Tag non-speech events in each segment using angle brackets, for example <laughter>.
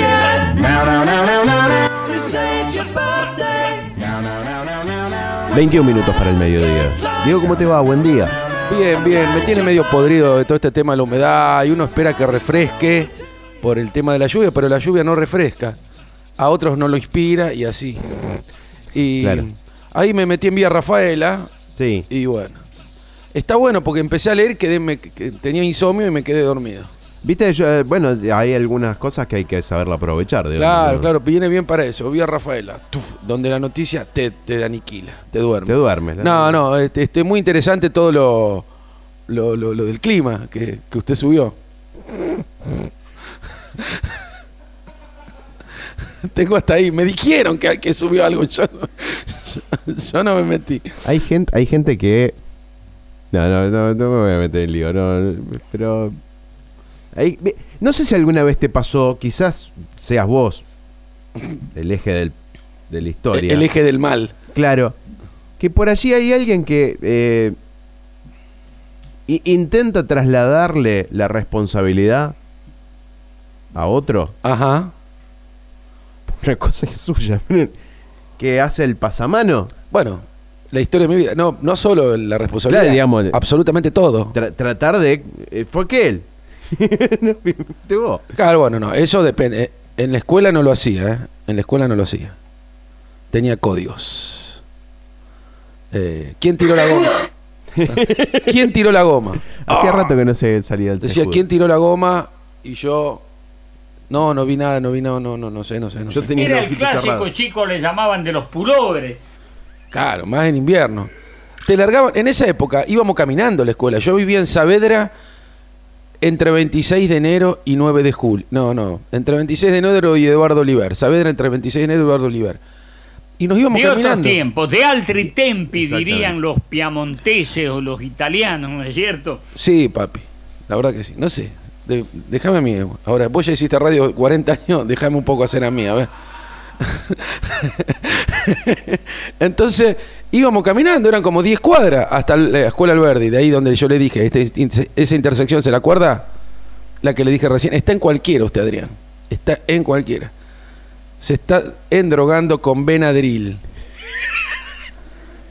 yeah. now, now, now, now, now, now. This ain't your birthday. 21 minutos para el mediodía. Diego, ¿cómo te va? Buen día. Bien, bien, me tiene medio podrido de todo este tema de la humedad y uno espera que refresque por el tema de la lluvia, pero la lluvia no refresca. A otros no lo inspira y así. Y Claro. ahí me metí en Vía Rafaela Sí. y bueno. Está bueno porque empecé a leer que, de- me- que tenía insomnio y me quedé dormido. Viste, yo, eh, bueno, hay algunas cosas que hay que saberla aprovechar. digamos, Claro, ¿no? claro, viene bien para eso. Vía Rafaela, tuf, donde la noticia te, te aniquila, te duerme. Te duermes. la- No, no, este, este, muy interesante todo lo, lo, lo- lo del clima que, que usted subió. <laughs> Tengo hasta ahí, me dijeron que, que subió algo, yo, no- yo- yo no me metí. Hay gente, hay gente que. No, no, no, no me voy a meter en lío, no, no, pero. Hay- ve- no sé si alguna vez te pasó, quizás seas vos, el eje del- de la historia. El eje del mal. Claro. Que por allí hay alguien que eh, i- intenta trasladarle la responsabilidad a otro. <laughs> Ajá. Una cosa que es suya. miren, Que hace el pasamano. Bueno, la historia de mi vida. No, no solo la responsabilidad, Claro, digamos, absolutamente todo. Tra- tratar de. eh, fue que él. <laughs> No, fuiste vos. Claro, bueno, no, eso depende. Eh, En la escuela no lo hacía, ¿eh? En la escuela no lo hacía. Tenía códigos. Eh, ¿Quién tiró la goma? ¿Quién tiró la goma? Hacía rato que no se salía del Decía, Cescudo. ¿quién tiró la goma? Y yo, no, no vi nada, no vi nada, no, no, no sé, no sé. No Yo sé. tenía Era los el ojitos clásico cerrados. chico, le llamaban de los pulobres. Claro, más en invierno. Te largaban, en esa época íbamos caminando a la escuela. Yo vivía en Saavedra entre 26 de enero y 9 de julio. No, no, entre 26 de enero y Eduardo Oliver. Saavedra entre 26 de enero y Eduardo Oliver. Y nos íbamos De otros caminando. tiempos, de altri tempi Exactamente. dirían los piamonteses o los italianos, ¿no es cierto? Sí, papi. La verdad que sí. No sé. De- déjame a mí. Ahora, vos ya hiciste radio 40 años, déjame un poco hacer a mí, a ver. <laughs> Entonces íbamos caminando, eran como 10 cuadras hasta la escuela Alberdi, de ahí donde yo le dije, este, inse- esa intersección, ¿se la acuerda? La que le dije recién, está en cualquiera usted, Adrián, está en cualquiera. Se está endrogando con Benadryl.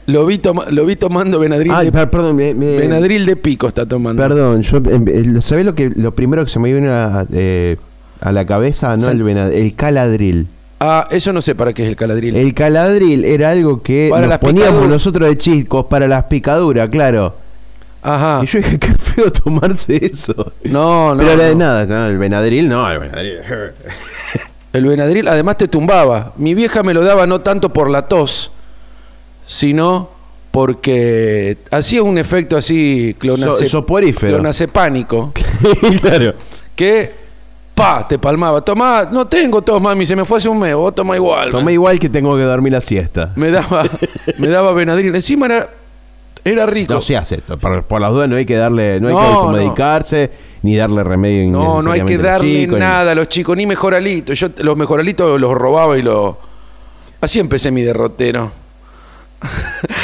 Lo vi, toma- lo vi tomando Benadryl, Ay, de, per- perdón, me- me- Benadryl de pico está tomando. Perdón, yo, eh, eh, ¿sabés lo, que, lo primero que se me vino a, eh, a la cabeza? No, Sal- el, vena- el caladril. Ah, eso no sé para qué es el caladril. El caladril era algo que Para nos las poníamos picaduras. nosotros de chicos para las picaduras, claro. Ajá. Y eh, yo dije, qué feo tomarse eso. Ah. No, no. Pero era de no. nada, no, el Benadryl no, el Benadryl. <laughs> El Benadryl además te tumbaba. Mi vieja me lo daba no tanto por la tos, sino porque hacía un efecto así clonace- So- soporífero. clonazepánico claro. que pa te palmaba. Tomá, no tengo tos, mami, se me fue hace un mes, vos toma igual. Tomé igual que tengo que dormir la siesta. Me daba me daba Benadryl. Encima era era rico. No se hace esto. Por, por las dudas no hay que darle, no hay No, que no. automedicarse, ni darle remedio No, no hay innecesariamente a que los darle chicos, ni- nada a los chicos, ni mejoralitos. Yo t- los mejoralitos los robaba y los... Así empecé mi derrotero. <laughs>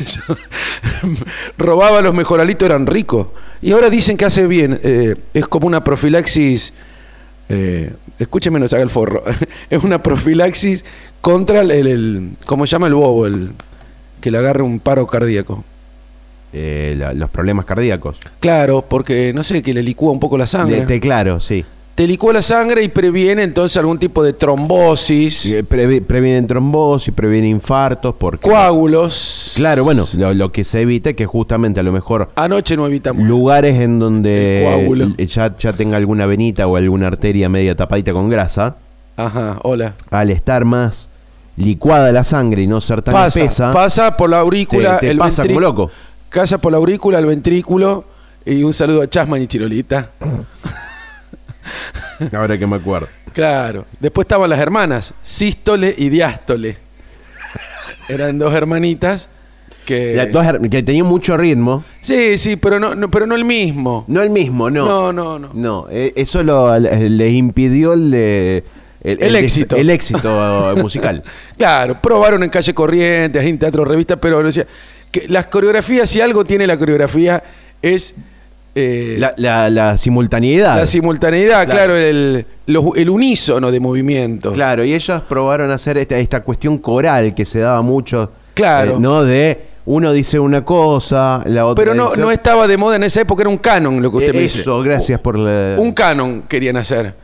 Yo robaba los mejoralitos, eran ricos. Y ahora dicen que hace bien. eh, es como una profilaxis... eh, escúcheme, no se haga el forro. <laughs> es una profilaxis contra el, el- el- ¿Cómo se llama el bobo? El, que le agarre un paro cardíaco. eh, la- los problemas cardíacos. Claro, porque no sé, que le licúa un poco la sangre. Este, claro, sí. Te licuó la sangre y previene entonces algún tipo de trombosis, Eh, previ- previenen trombosis, previenen infartos, porque. coágulos. Claro, bueno, lo, lo que se evita es que justamente a lo mejor Anoche no evitamos. lugares en El coágulo. donde eh, ya, ya tenga alguna venita o alguna arteria media tapadita con grasa, Ajá, hola. al estar más licuada la sangre y no ser tan Pasa, espesa, pasa por la aurícula, Te- te el pasa como ventrí- loco. Casa por la aurícula, el ventrículo. Y un saludo a Chasman y Chirolita. ahora que me acuerdo. Claro. Después estaban las hermanas, sístole y diástole. Eran dos hermanitas Que- La- dos her- que tenía mucho ritmo. Sí, sí, pero no, no- pero no el mismo. No el mismo, no. No, no, no. No, eh, eso lo, le le impidió el, eh, El éxito. El éxito <laughs> musical. Claro, probaron en Calle Corrientes, en Teatro Revista, pero decía que las coreografías, si algo tiene la coreografía, es eh, La, la- la simultaneidad. la simultaneidad, Claro. claro, el, los- el unísono de movimientos. Claro, y ellos probaron hacer esta, esta cuestión coral que se daba mucho. Claro. eh, ¿No? De uno dice una cosa, la otra. Pero no, dice- no estaba de moda en esa época, era un canon lo que usted Eh, me dice. Eso, gracias por la. Un canon querían hacer.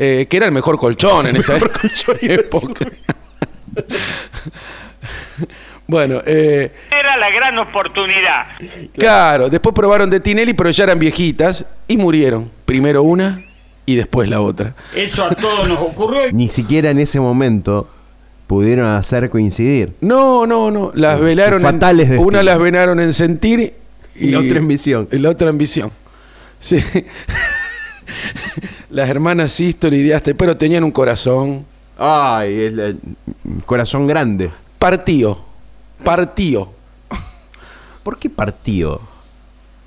eh, que era el mejor colchón en esa época. <laughs> bueno, eh, Era la gran oportunidad. Claro, después probaron de Tinelli, pero ya eran viejitas y murieron. Primero una y después la otra. Eso a todos nos ocurrió. <laughs> Ni siquiera en ese momento pudieron hacer coincidir. No, no, no. Las velaron. en- fatales destinos. una las velaron en sentir Y la otra en visión. Y la otra en visión. Sí. <laughs> las hermanas Sisto y Diaste, pero tenían un corazón. Ay, el, el corazón grande. Partido. Partido. ¿Por qué partido?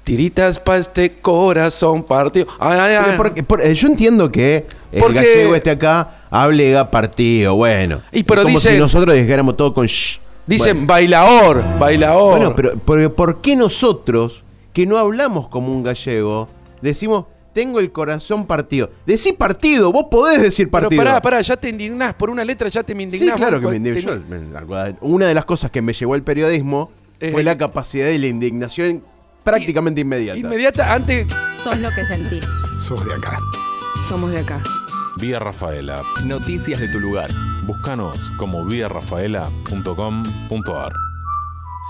Tiritas pa' este corazón partido. Ay, ay, ay. Pero porque- por- eh, yo entiendo que el Ah. Porque- gallego este acá hable ga partido, bueno. Y pero Es como dicen- si nosotros dijéramos todo con sh. Dicen Bueno. bailaor, bailaor. Bueno, pero, pero ¿por qué nosotros, que no hablamos como un gallego, decimos, tengo el corazón partido? Decí partido, vos podés decir partido. Pero pará, pará, ya te indignás por una letra, ya te me Sí, indignás. claro que vos, me indigné. te- Yo, me- alguna- Una de las cosas que me llevó al periodismo Eh, fue la capacidad de la indignación prácticamente inmediata. Inmediata, antes. Sos lo que sentís. Sos de acá. Somos de acá. Vía Rafaela. Noticias de tu lugar. Búscanos como viarafaela.com.ar.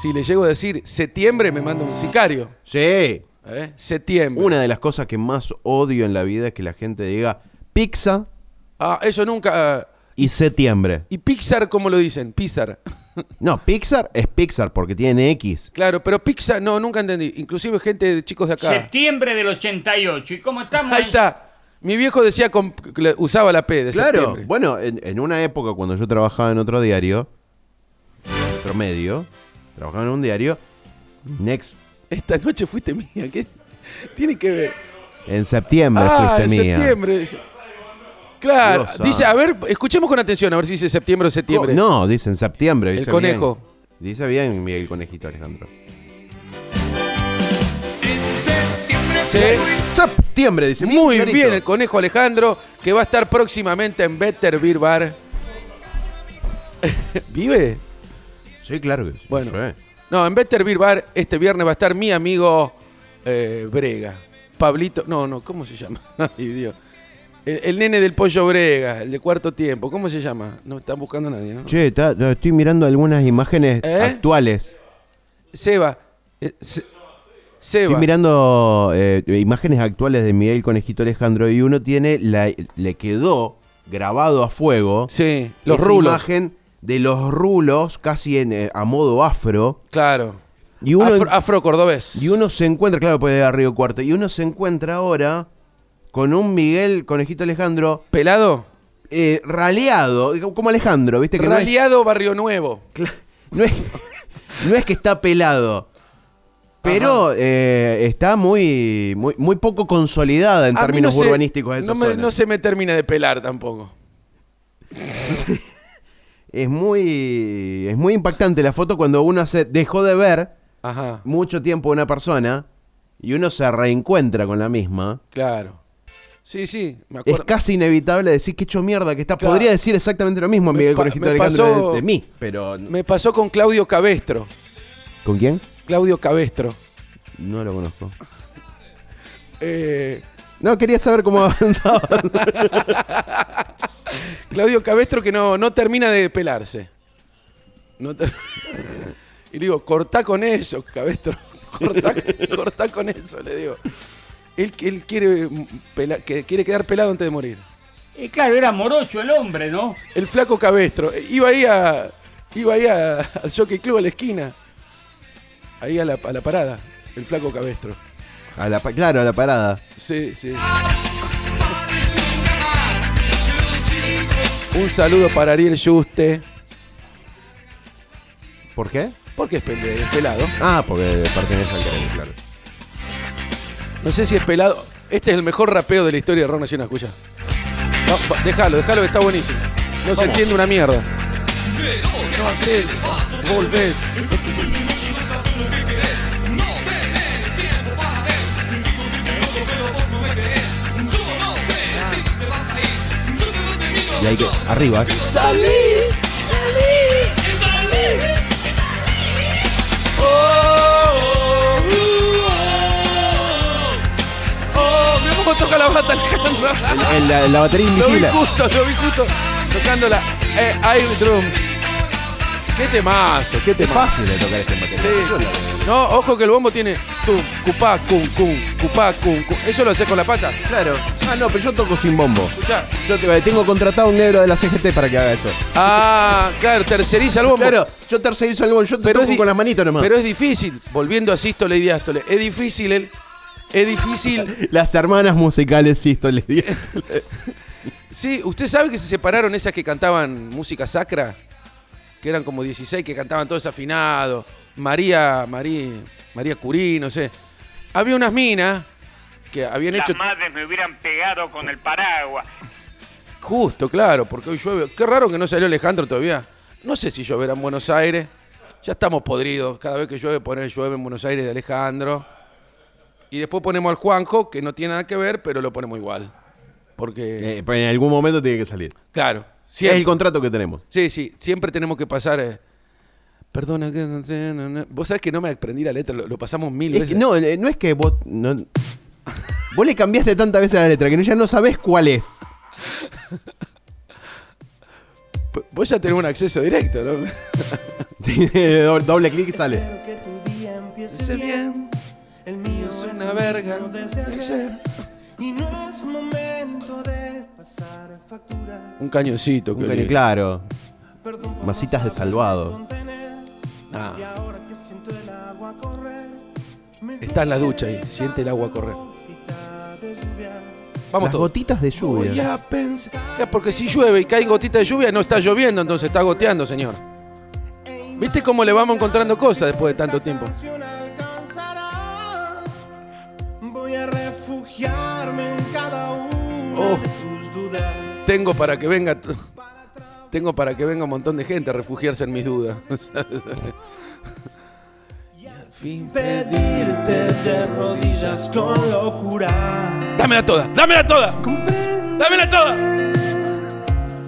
Si le llego a decir septiembre, me manda un sicario. Sí. ¿eh? Septiembre. Una de las cosas que más odio en la vida es que la gente diga pizza Ah, eso nunca. y septiembre. ¿Y Pixar cómo lo dicen? Pixar. No, Pixar es Pixar porque tiene X. Claro, pero Pixar, no, nunca entendí. Inclusive gente de chicos de acá. Septiembre del 88. ¿Y cómo estamos? Ahí en- está. Mi viejo decía, con- que le- usaba la P de Claro, septiembre. bueno, en, en una época cuando yo trabajaba en otro diario, en otro medio, trabajaba en un diario, Next, Esta noche fuiste mía. ¿Qué tiene que ver? en septiembre ah, fuiste en mía. septiembre. Claro. Dios dice, a santo. ver, escuchemos con atención, a ver si dice septiembre o septiembre. No, dice en septiembre. El dice conejo. bien. Dice bien Miguel Conejito Alejandro. Sí. Septiembre, dice Muy clarito. bien, el conejo Alejandro, que va a estar próximamente en Better <laughs> Beer Bar. ¿Vive? Sí, claro que sí. eh. Bueno. Sí. No, en Better Beer Bar este viernes va a estar mi amigo eh, Brega. Pablito, no, no, ¿cómo se llama? <laughs> Ay, Dios. El, el nene del pollo Brega, el de cuarto tiempo, ¿cómo se llama? No están buscando a nadie, ¿no? Che, ta- ta- estoy mirando algunas imágenes ¿Eh? actuales. Seba. eh, Se- Estoy Seba. mirando eh, imágenes actuales de Miguel Conejito Alejandro y uno tiene, la, le quedó grabado a fuego Sí, los esa rulos. imagen de los rulos casi en, eh, a modo afro. Claro. Y uno, afro, afro cordobés. y uno se encuentra, claro, puede ir a Río Cuarto, y uno se encuentra ahora con un Miguel Conejito Alejandro pelado. eh, raleado, como Alejandro, ¿viste? Que no es- Raleado Barrio Nuevo. Cla- No es, no es que está pelado. Pero eh, está muy, muy muy poco consolidada en A mí términos no se- urbanísticos esa no, me- zona. no se me termina de pelar tampoco. Es muy es muy impactante la foto cuando uno se dejó de ver Ajá, mucho tiempo a una persona y uno se reencuentra con la misma. claro. Sí, sí, me Es acuerdo. casi inevitable decir que hecho mierda que está. Claro. Podría decir exactamente lo mismo a Me Miguel pa- Conejito me Alejandro pasó- de, de mí, pero Me pasó con Claudio Cabestro. ¿con quién? Claudio Cabestro. No lo conozco. Eh, No, quería saber cómo <laughs> avanzaba. Claudio Cabestro que no, no termina de pelarse. No ter- <laughs> y le digo, cortá con eso, Cabestro. <laughs> Cortá, cortá con eso, le digo. Él, él quiere, mm, pela- que, quiere quedar pelado antes de morir. Eh, claro, era morocho el hombre, ¿no? El flaco Cabestro. Eh, Iba ahí, a, iba ahí a- al Jockey Club a la esquina. Ahí a la, a la parada. El flaco Cabestro. A la pa- claro, a la parada. Sí, sí. Un saludo para Ariel Juste. ¿Por qué? Porque es pele- pelado. Ah, porque pertenece al Karen, claro. No sé si es pelado. Este es el mejor rapeo de la historia de Rock Nacional, escucha. No, pa- déjalo, déjalo que está buenísimo. No se entiende una mierda. No haces, volvés. Y hay que. Arriba. Salí, salí, salí. Oh, oh, oh, oh. Oh, mira cómo toca la bata Alejandro. El- la, la batería Lo vi invisible. justo, lo vi justo. Tocando la eh, Air Drums. Qué temazo, qué Es temazo. fácil de tocar este material. Sí. No, ojo que el bombo tiene tu cupá, cum, cum, cupá, cum, cum. Eso lo haces con la pata. Claro. Ah, no, pero yo toco sin bombo. Escuchá. Yo te- tengo contratado a un negro de la CGT para que haga eso. Ah, claro, terceriza el bombo. Claro, yo tercerizo el bombo, yo te Pero es toco di- con las manitas nomás. Pero es difícil, volviendo a sístole y diástole, es difícil el. Es difícil. Las hermanas musicales, sí, esto les <laughs> dije. Sí, ¿usted sabe que se separaron esas que cantaban música sacra? Que eran como 16, que cantaban todo desafinado. María, María, María Curí, no sé. Había unas minas que habían Las hecho. madres me hubieran pegado con el paraguas. Justo, claro, porque hoy llueve. Qué raro que no salió Alejandro todavía. No sé si lloverá en Buenos Aires. Ya estamos podridos. Cada vez que llueve, poner llueve en Buenos Aires de Alejandro. Y después ponemos al Juanjo, que no tiene nada que ver, pero lo ponemos igual. Porque, Eh, pues en algún momento tiene que salir. claro, Es el siempre, contrato que tenemos. sí, sí, siempre tenemos que pasar. eh, Perdona que no sé, no, no. Vos sabés que no me aprendí la letra, lo, lo pasamos mil Es veces. que no, eh, no es que vos. <laughs> no- vos le cambiaste tantas veces la letra que ya no sabés cuál es. <laughs> P- Vos ya tenés un acceso directo, ¿no? Sí, do- doble clic y sale. Espero que tu día empiece Sé bien, El mío es una verga. mío desde este ayer. Y no es momento de pasar factura. Un cañoncito, Un que cari- le- Claro. Perdón por Masitas no de saber salvado. contener. Ah. Y ahora que siento el agua correr. me dio Está en la ducha ahí, siente el agua correr. gotita de lluvia. Vamos Las todos. gotitas de Voy lluvia. a pensar. Claro, porque si llueve y cae gotita de lluvia, no está lloviendo, entonces está goteando, señor. E ¿Viste cómo le vamos encontrando cosas después de tanto tiempo? Canción alcanzará. Voy a refugiarme en cada una Oh. de tus dudas. Tengo para que venga. t- Tengo para que venga un montón de gente a refugiarse en mis dudas. <laughs> Y al fin Pedirte de rodillas con locura. ¡Dámela toda! ¡Dámela toda! ¡Dámela toda!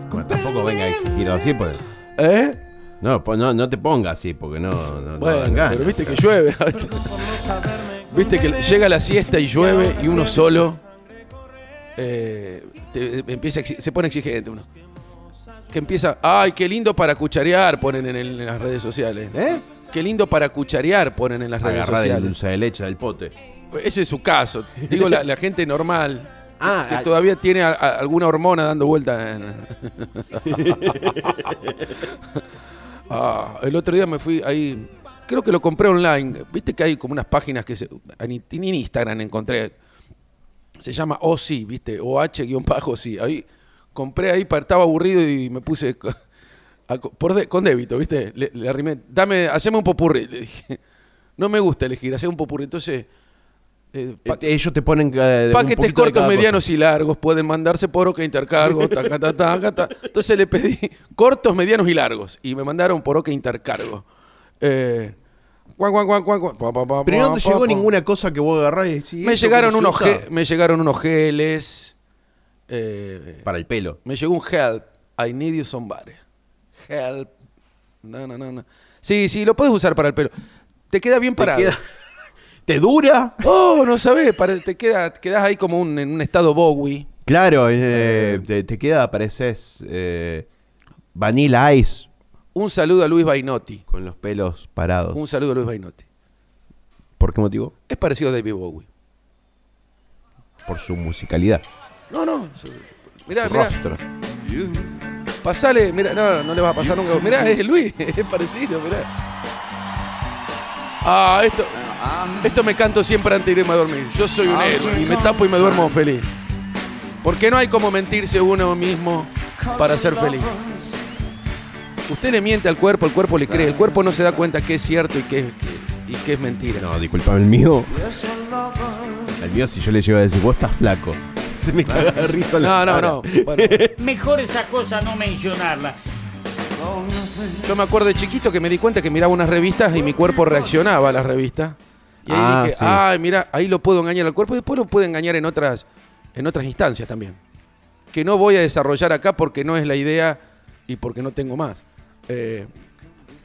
Bueno, tampoco venga a exigir así, pues. ¿Eh? No, po- no, no te pongas así, porque no. no- no Bueno, dan ganas. pero viste que llueve. <laughs> viste que llega la siesta y llueve y uno solo eh, te- empieza a exi- se pone exigente uno. Que empieza, ay, qué lindo para cucharear, ponen en, el- en las redes sociales. ¿Eh? Qué lindo para cucharear, ponen en las redes Agarrar el sociales. dulce de leche del pote. Ese es su caso. Digo, la, la gente normal. <laughs> Ah, que ah. todavía tiene a- a- alguna hormona dando vuelta. <laughs> en- Ah, el otro día me fui ahí. Creo que lo compré online. Viste que hay como unas páginas que se, ni, ni en Instagram encontré. Se llama OSI, ¿viste? OH-OSI. Ahí compré ahí, pa- estaba aburrido y me puse <laughs> co- a co- por de- con débito, ¿viste? Le, le arrimé, dame, haceme un popurrí. <laughs> Le dije, no me gusta elegir, haceme un popurrí. Entonces, eh, pa- Eh, Ellos te ponen. eh, un poquito paquetes de cortos, cada cosa. medianos y largos pueden mandarse por <laughs> OK Intercargo. taca, ta, taca, ta. Entonces le pedí cortos, medianos y largos. Y me mandaron por OK Intercargo. Eh, guan, guan, guan, guan, guan, pa, pa, pa, Pero pa, no te pa, llegó pa. ninguna cosa que vos agarrás y decís. Me ¿esto llegaron, cómo unos se usa? ge- me llegaron unos geles. eh, Para el pelo. me llegó un help. I need you somebody. Help. No, no, no, no. Sí, sí, lo puedes usar para el pelo. Te queda bien parado. queda- <laughs> ¿Te dura? Oh, no sabes, para- te queda, quedas ahí como un- en un estado Bowie. Claro, eh, te, te queda, pareces eh, Vanilla Ice Un saludo a Luis Bainotti. con los pelos parados. Un saludo a Luis Bainotti. ¿Por qué motivo? Es parecido a David Bowie. Por su musicalidad. No, no. Mirá, su Ah, mirá. rostro. Pasale, mirá, no, no le va a pasar nunca. Mirá, es Luis, <laughs> es parecido, mirá. Ah, esto. Esto me canto siempre antes de irme a dormir. Yo soy un héroe y me tapo y me duermo feliz. Porque no hay como mentirse uno mismo para ser feliz. Usted le miente al cuerpo, el cuerpo le cree, el cuerpo no se da cuenta que es cierto y que es, que- y que es mentira. No, disculpame, el mío. El mío, si yo le llego a decir, vos estás flaco. <laughs> Se me caga de risa Ah. la No, <laughs> no, cara. no. Bueno, Mejor esa cosa no mencionarla. yo me acuerdo de chiquito que me di cuenta que miraba unas revistas y mi cuerpo reaccionaba a las revistas. Y ahí Ah, dije, sí. ay, mira, ahí lo puedo engañar al cuerpo y después lo puedo engañar en otras, en otras instancias también. Que no voy a desarrollar acá porque no es la idea y porque no tengo más. Eh,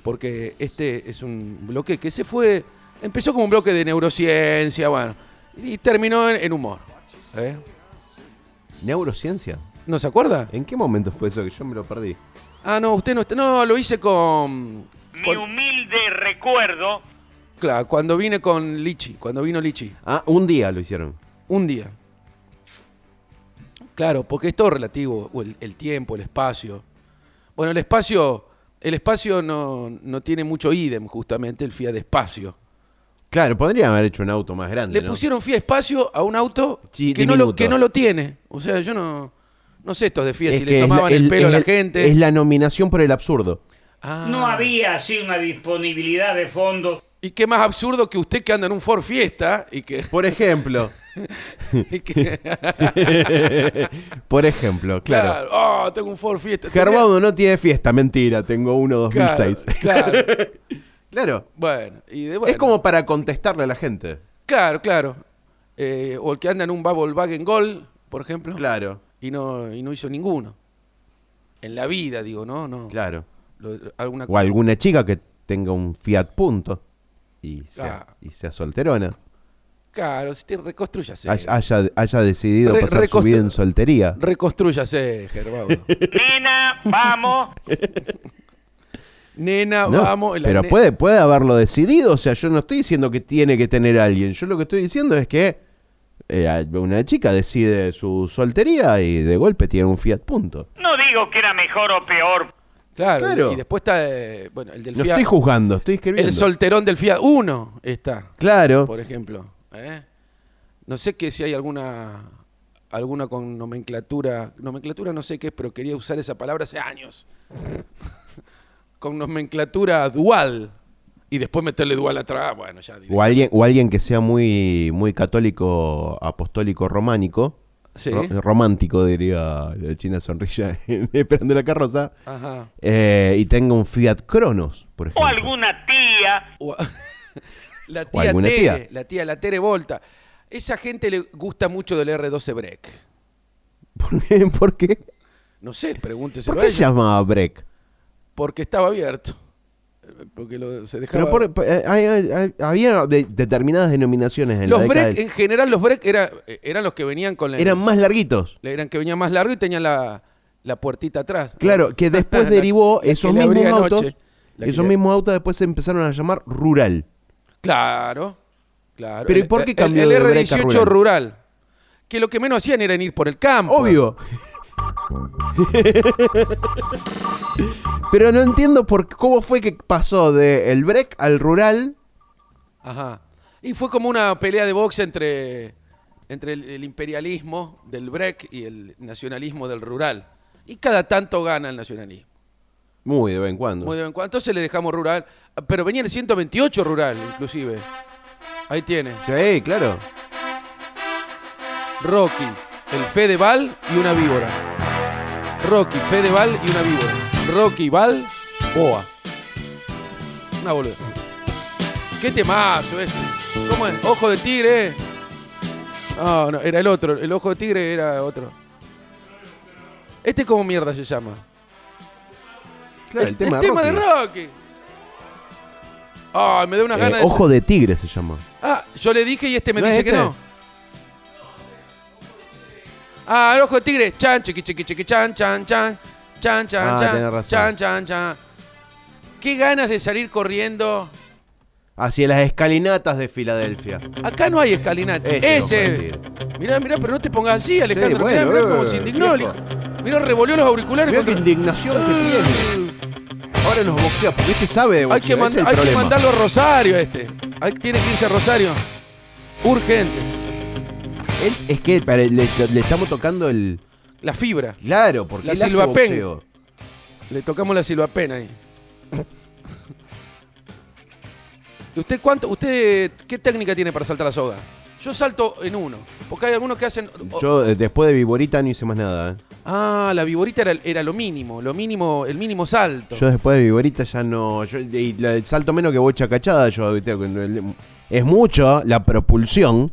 porque este es un bloque que se fue. Empezó como un bloque de neurociencia, bueno. Y terminó en, en humor. ¿eh? Neurociencia. ¿No se acuerda? ¿En qué momento fue eso que yo me lo perdí? Ah, no, usted no está. No, lo hice con. Mi con- humilde recuerdo. claro, cuando vine con Lichi, cuando vino Lichi. Ah, un día lo hicieron. Un día. Claro, porque es todo relativo. o El, el tiempo, el espacio. Bueno, el espacio. El espacio no, no tiene mucho idem, justamente, el FIA de espacio. Claro, podrían haber hecho un auto más grande. Le ¿no? pusieron FIA espacio a un auto Sí, que, no lo, diminuto. que no lo tiene. O sea, yo no. No sé estos de FIA, Es si que le es la- tomaban el, el- pelo a es la el- gente. Es la nominación por el absurdo. Ah. No había así una disponibilidad de fondo. Y qué más absurdo que usted que anda en un Ford Fiesta y que. Por ejemplo. y que- por ejemplo, <laughs> claro. Claro. <laughs> Ah, tengo un Ford Fiesta. Gervaudo no tiene fiesta, mentira, tengo uno Claro, 2006. Claro. <laughs> Claro. Bueno, y de- bueno. Es como para contestarle a la gente. Claro, claro. Eh, o el que anda en un Volkswagen Gol, por ejemplo. Claro, Y no, y no hizo ninguno. En la vida, digo, ¿no? no claro. Lo- alguna O alguna chica que tenga un Fiat Punto y sea, Ah. y sea solterona. Claro, si te reconstruyase. Hay- Haya, haya decidido Re- pasar su reconstru- vida en soltería. Reconstrúyase, <laughs> Gerbaudo. Nena, vamos. Nena, No, Ah, vamos. la pero ne- puede, puede haberlo decidido. O sea, yo no estoy diciendo que tiene que tener a alguien. Yo lo que estoy diciendo es que eh, una chica decide su soltería y de golpe tiene un Fiat Punto. No digo que era mejor o peor. Claro, Claro. Y, y después está. eh, bueno, el del No Fiat. estoy juzgando, estoy escribiendo. el solterón del Fiat 1 está. Claro. por ejemplo. ¿eh? No sé que si hay alguna alguna con nomenclatura, nomenclatura no sé qué es, pero quería usar esa palabra hace años. <laughs> con nomenclatura dual y después meterle dual atrás, bueno, ya diré. O alguien, o alguien que sea muy, muy católico, apostólico, románico. Sí. Ro- romántico, diría la china <laughs> sonrilla en Esperando la carroza. <laughs> Ajá. Eh, y tenga un Fiat Cronos, por ejemplo. O alguna tía. O- <laughs> la O tía alguna Tere, tía. la tía la Tere Volta. Esa gente le gusta mucho del R12 Break. <laughs> ¿Por qué? ¿Por qué, No sé, pregúnteselo ¿Por a qué se ella. llamaba Break? Porque estaba abierto. Porque lo- se dejaba Pero por- por- eh, hay- hay- hay- había de- determinadas denominaciones en la Los década break, del- en general, los break era- eh, eran los que venían con la. eran más larguitos. eran que venían más largo y tenían la, la puertita atrás. Claro, que después <laughs> La- derivó la que esos le mismos abría autos. noche. La que Esos le- mismos autos después se empezaron a llamar rural. Claro, claro. Pero ¿y El- por qué el- cambió El, de break a R18 rural? rural? Que lo que menos hacían era ir por el campo. Obvio. Pero no entiendo por cómo fue que pasó de el break al rural. Ajá. Y fue como una pelea de box entre, entre el, el imperialismo del break y el nacionalismo del rural. Y cada tanto gana el nacionalismo. Muy de vez en cuando. Muy de vez en cuando. Entonces le dejamos rural. Pero venía el 128 rural, inclusive. Ahí tiene. Sí, claro. Rocky, el Fedeval y una víbora. Rocky, Fedeval y una víbora. Rocky, Val, Boa. Una boluda. Qué temazo este. ¿Cómo es? Ojo de tigre. Ah, No, no, era el otro. El ojo de tigre era otro. Este como mierda se llama. Claro, el, tema, de Rocky. de Rocky. Ay, me da unas Eh, ganas Ojo de... de tigre se llama. Ah, yo le dije y este me ¿No es dice que este? no. Ah, el ojo de tigre. Chan, chiqui, chiqui, chiqui, chan, chan, chan. Chan, chan, Ah, tenés chan. razón. Chan, chan, chan. Qué ganas de salir corriendo. Hacia las escalinatas de Filadelfia. Acá no hay escalinata. Este ojo de Ese. Mirá, mirá, pero no te pongas así, Alejandro. bueno, mirá, mirá eh, cómo se indignó. el viejo. hijo. Mirá, revolvió los auriculares. Mirá qué contra- indignación que tiene. Ahora nos boxea, porque este sabe de Hay boxeo, ese que, es manda- el hay que problema. mandarlo a Rosario este. Hay- tiene que irse a Rosario. Urgente. Él- es que para- le, le estamos tocando el... La fibra. Claro, porque La él hace Silva Pen. boxeo. Le tocamos la silvapena ahí. ¿Usted cuánto? ¿Usted qué técnica tiene para saltar la soga? Yo salto en uno, porque hay algunos que hacen. o- Yo eh, después de Viborita no hice más nada. ¿eh? Ah, la viborita era, era lo mínimo, lo mínimo, el mínimo salto. Yo después de Viborita ya no. Yo, y la- salto menos que bocha cachada. Yo, ¿viste? Cuando el- es mucho la propulsión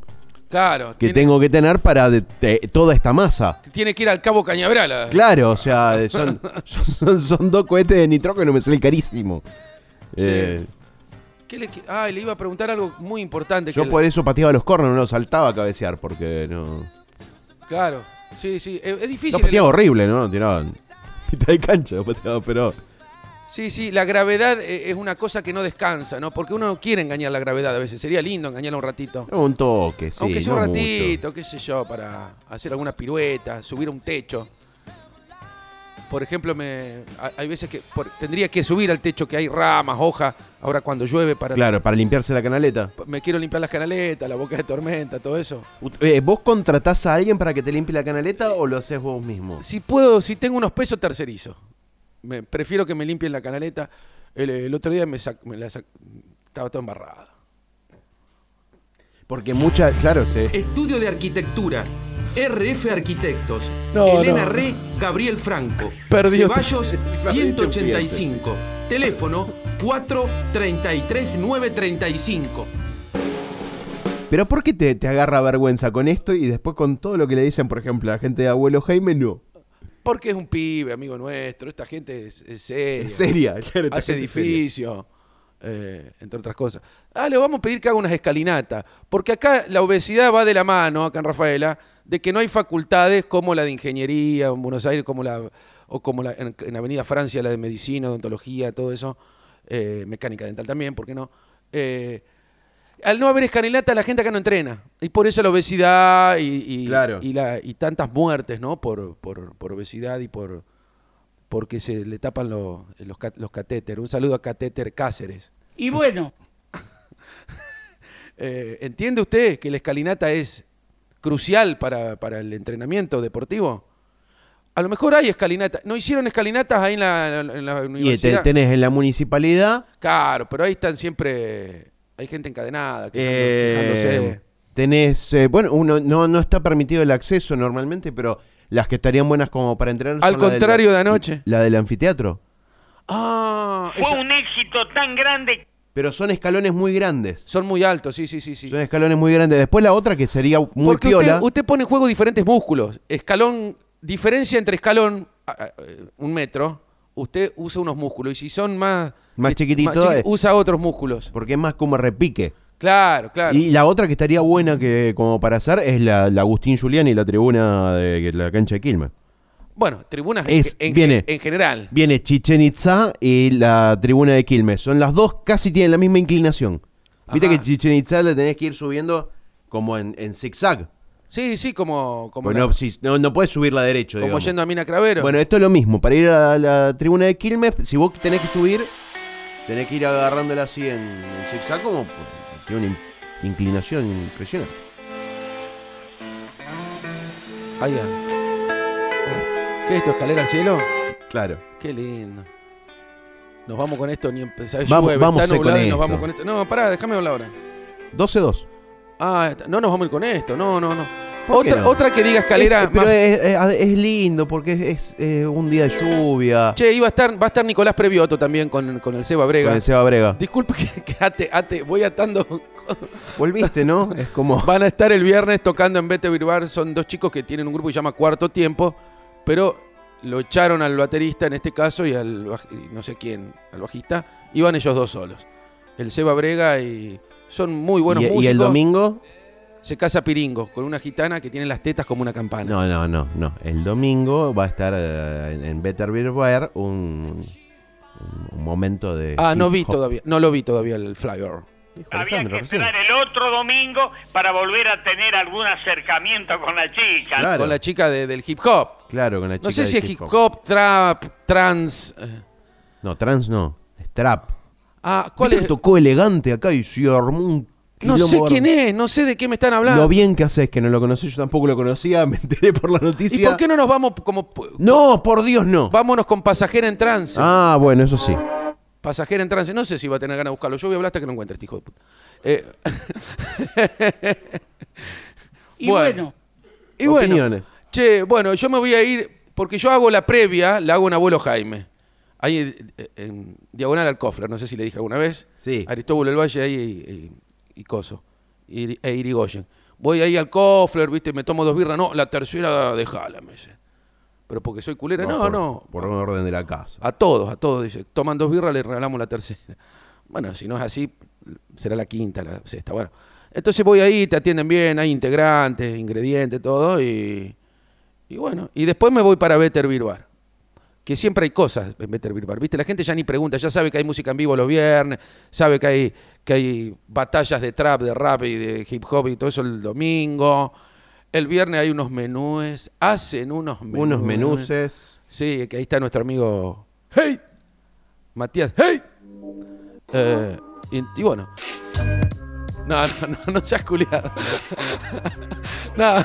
claro, que tiene, tengo que tener para de- te- toda esta masa. tiene que ir al cabo Cañabral. a- Claro, o sea, <laughs> son, son, son dos cohetes de nitrógeno, me sale carísimo. Sí. Eh, ¿Qué le, ah, le iba a preguntar algo muy importante. que yo le- por eso pateaba los cornos, no saltaba a cabecear, porque no. Claro, sí, sí, es, es No difícil. el- pateaba horrible, ¿no? Tiraban. <laughs> Pita de cancha, pateaba, pero. Sí, sí, la gravedad eh, es una cosa que no descansa, ¿no? Porque uno no quiere engañar la gravedad a veces. Sería lindo engañarla un ratito. era Un toque, sí. Aunque sea un no mucho. ratito, qué sé yo, para hacer alguna pirueta, subir a un techo. Por ejemplo, me, ha- hay veces que por- tendría que subir al techo que hay ramas, hojas, ahora cuando llueve para... Claro, para limpiarse la canaleta. Me quiero limpiar las canaletas, la boca de tormenta, todo eso. Ut- eh, ¿Vos contratás a alguien para que te limpie la canaleta o lo haces vos mismo? Si puedo, si tengo unos pesos, tercerizo. Me, prefiero que me limpien la canaleta. El, el otro día me, sac- me la sac- estaba todo embarrada. Porque muchas, claro, Eh. se, Estudio de Arquitectura. RF Arquitectos. No, Elena no. Re, Gabriel Franco. Perdió. <laughs> Ceballos 185. Teléfono 433-935. Pero ¿por qué te, te agarra vergüenza con esto y después con todo lo que le dicen, por ejemplo, a la gente de Abuelo Jaime? No. Porque es un pibe, amigo nuestro. Esta gente es, es seria. Es seria. <laughs> claro, esta Eh, Hace gente es seria. edificio, eh, entre otras cosas. Ah, le vamos a pedir que haga unas escalinatas. Porque acá la obesidad va de la mano, acá en Rafaela, de que no hay facultades como la de ingeniería en Buenos Aires, como la, o como la, en, en Avenida Francia, la de medicina, odontología, todo eso. eh, mecánica dental también, ¿por qué no? Eh, al no haber escalinata, la gente acá no entrena. Y por eso la obesidad y, y- Claro. y la- y tantas muertes, ¿no? Por, por- por obesidad y por porque se le tapan lo- los, ca- los catéteres. Un saludo a Catéter Cáceres. Y bueno, Eh, ¿Entiende usted que la escalinata es crucial para, para el entrenamiento deportivo? A lo mejor hay escalinata. ¿No hicieron escalinatas ahí en la, en la Y te- universidad? tenés en la municipalidad, Claro, pero ahí están siempre... Hay gente encadenada. quejando- eh, quejándose. tenés, eh, bueno, uno no, no está permitido el acceso normalmente, pero las que estarían buenas como para entrenar. Al son la del- contrario de anoche. La del anfiteatro. Ah, fue esa- un éxito tan grande. Pero son escalones muy grandes. son muy altos, sí, sí, sí. sí. Son escalones muy grandes. Después la otra que sería muy Porque usted, piola. usted pone en juego diferentes músculos. Escalón, diferencia entre escalón, a- a- eh, un metro, usted usa unos músculos. Y si son más... Más eh, chiquitito, chiqui- eh. usa otros músculos. Porque es más como repique. Claro, claro. Y la otra que estaría buena que como para hacer es la, la Agustín Julián y la tribuna de la cancha de Quilmes. Bueno, tribunas en- Es- en, viene. en general. Viene Chichen Itza y la tribuna de Quilmes. Son las dos, casi tienen la misma inclinación. Viste Ajá. que Chichen Itza le tenés que ir subiendo como en, en zigzag. Sí, sí, como, como, Bueno, la- si- no, no puedes subirla derecho. como digamos. yendo a Mina Cravero. Bueno, esto es lo mismo. Para ir a la tribuna de Quilmes, si vos tenés que subir, tenés que ir agarrándola así en, en zigzag, como pues, tiene una in- inclinación impresionante. Ahí va. ¿Qué es esto? ¿Escalera al cielo? Claro. Qué lindo. Nos vamos con esto, ni empezar. Vamos- Llueve, vamos está con nublado y nos esto. vamos con esto. No, pará, déjame hablar ahora. 12-2. Ah, está- no nos vamos a ir con esto, no, no, no. ¿Por qué Otra, no? otra que diga escalera. Es- pero más- es, es- es lindo porque es, es, eh, un día de lluvia. Che, iba a estar, va a estar Nicolás Previoto también con, con el Seba Brega. Con el Seba Brega. Disculpe que, que ate, ate, voy atando. con- Volviste, ¿no? Es como. Van a estar el viernes tocando en Bete Birbar. Son dos chicos que tienen un grupo que se llama Cuarto Tiempo, pero lo echaron al baterista en este caso y al baj- y no sé quién, al bajista. Iban ellos dos solos. El Seba Brega y son muy buenos y, y músicos. el domingo? Se casa Piringo con una gitana que tiene las tetas como una campana. No, no, no, no. El domingo va a estar eh, en- en Better Beer Bar un, un- un momento de. Ah, no hip vi hop. todavía, no lo vi todavía el flyer. Dijo Había Alejandro que recién. esperar el otro domingo para volver a tener algún acercamiento con la chica. Claro. Con la chica de- del hip hop. Claro, con la chica. No sé de si es hip hop, trap, trans. eh. No, trans no. Es trap. Ah, ¿cuál es? tocó elegante acá y se armó un No sé Quilombo quién bárbaro. es, no sé de qué me están hablando. Lo bien que haces, que no lo conocí, yo tampoco lo conocía, <laughs> me enteré por la noticia. ¿Y por qué no nos vamos como... No, por Dios, no. Vámonos con pasajera en trance. Ah, bueno, eso sí. Pasajera en trance. No sé si va a tener ganas de buscarlo. Yo voy a hablar hasta que lo encuentre, este hijo de puta. Eh, <laughs> Y bueno, y bueno. Opiniones. Che, bueno, yo me voy a ir, porque yo hago la previa, la hago en Abuelo Jaime. Ahí eh, en Diagonal al Cofre, no sé si le dije alguna vez. Sí. Aristóbulo el Valle ahí y, y- y Coso. y- e Irigoyen. Voy ahí al Cofler, ¿viste? Me tomo dos birras. No, la tercera dejala, me dice. Pero porque soy culera. No, por- no. Ah, Por orden de la casa. A todos, a todos, dice. Toman dos birras, le regalamos la tercera. <laughs> Bueno, si no es así, será la quinta, la sexta. Bueno, entonces voy ahí, te atienden bien, hay integrantes, ingredientes, todo. Y, y bueno, y después me voy para Better Beer Bar. Que siempre hay cosas en Better Beer Bar. ¿Viste? La gente ya ni pregunta, ya sabe que hay música en vivo los viernes, sabe que hay, que hay batallas de trap, de rap y de hip hop y todo eso el domingo. El viernes hay unos menúes, hacen unos menúes. Unos eh. menuses. Sí, que ahí está nuestro amigo. ¡Hey! Matías, ¡hey! Eh, y, y bueno. No, no, no, no seas culiado. <laughs> no.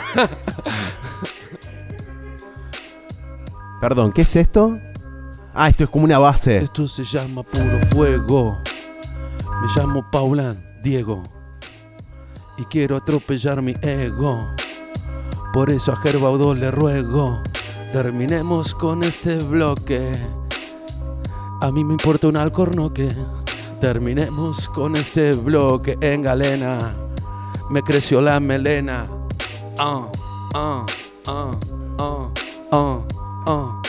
Perdón, ¿qué es esto? Ah, esto es como una base. Esto se llama puro fuego. Me llamo Paulán Diego. Y quiero atropellar mi ego. Por eso a Gerbaudó le ruego. Terminemos con este bloque. A mí me importa un alcornoque. Terminemos con este bloque en galena. Me creció la melena. Ah, ah, ah, ah, ah, ah.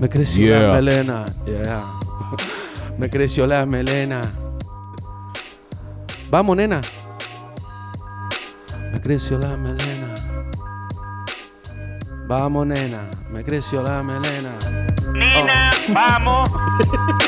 Me creció Yeah. la melena. Yeah. <laughs> me creció la melena. Vamos, nena. Me creció la melena. Vamos, nena. Me creció la melena. Oh. Nena, vamos.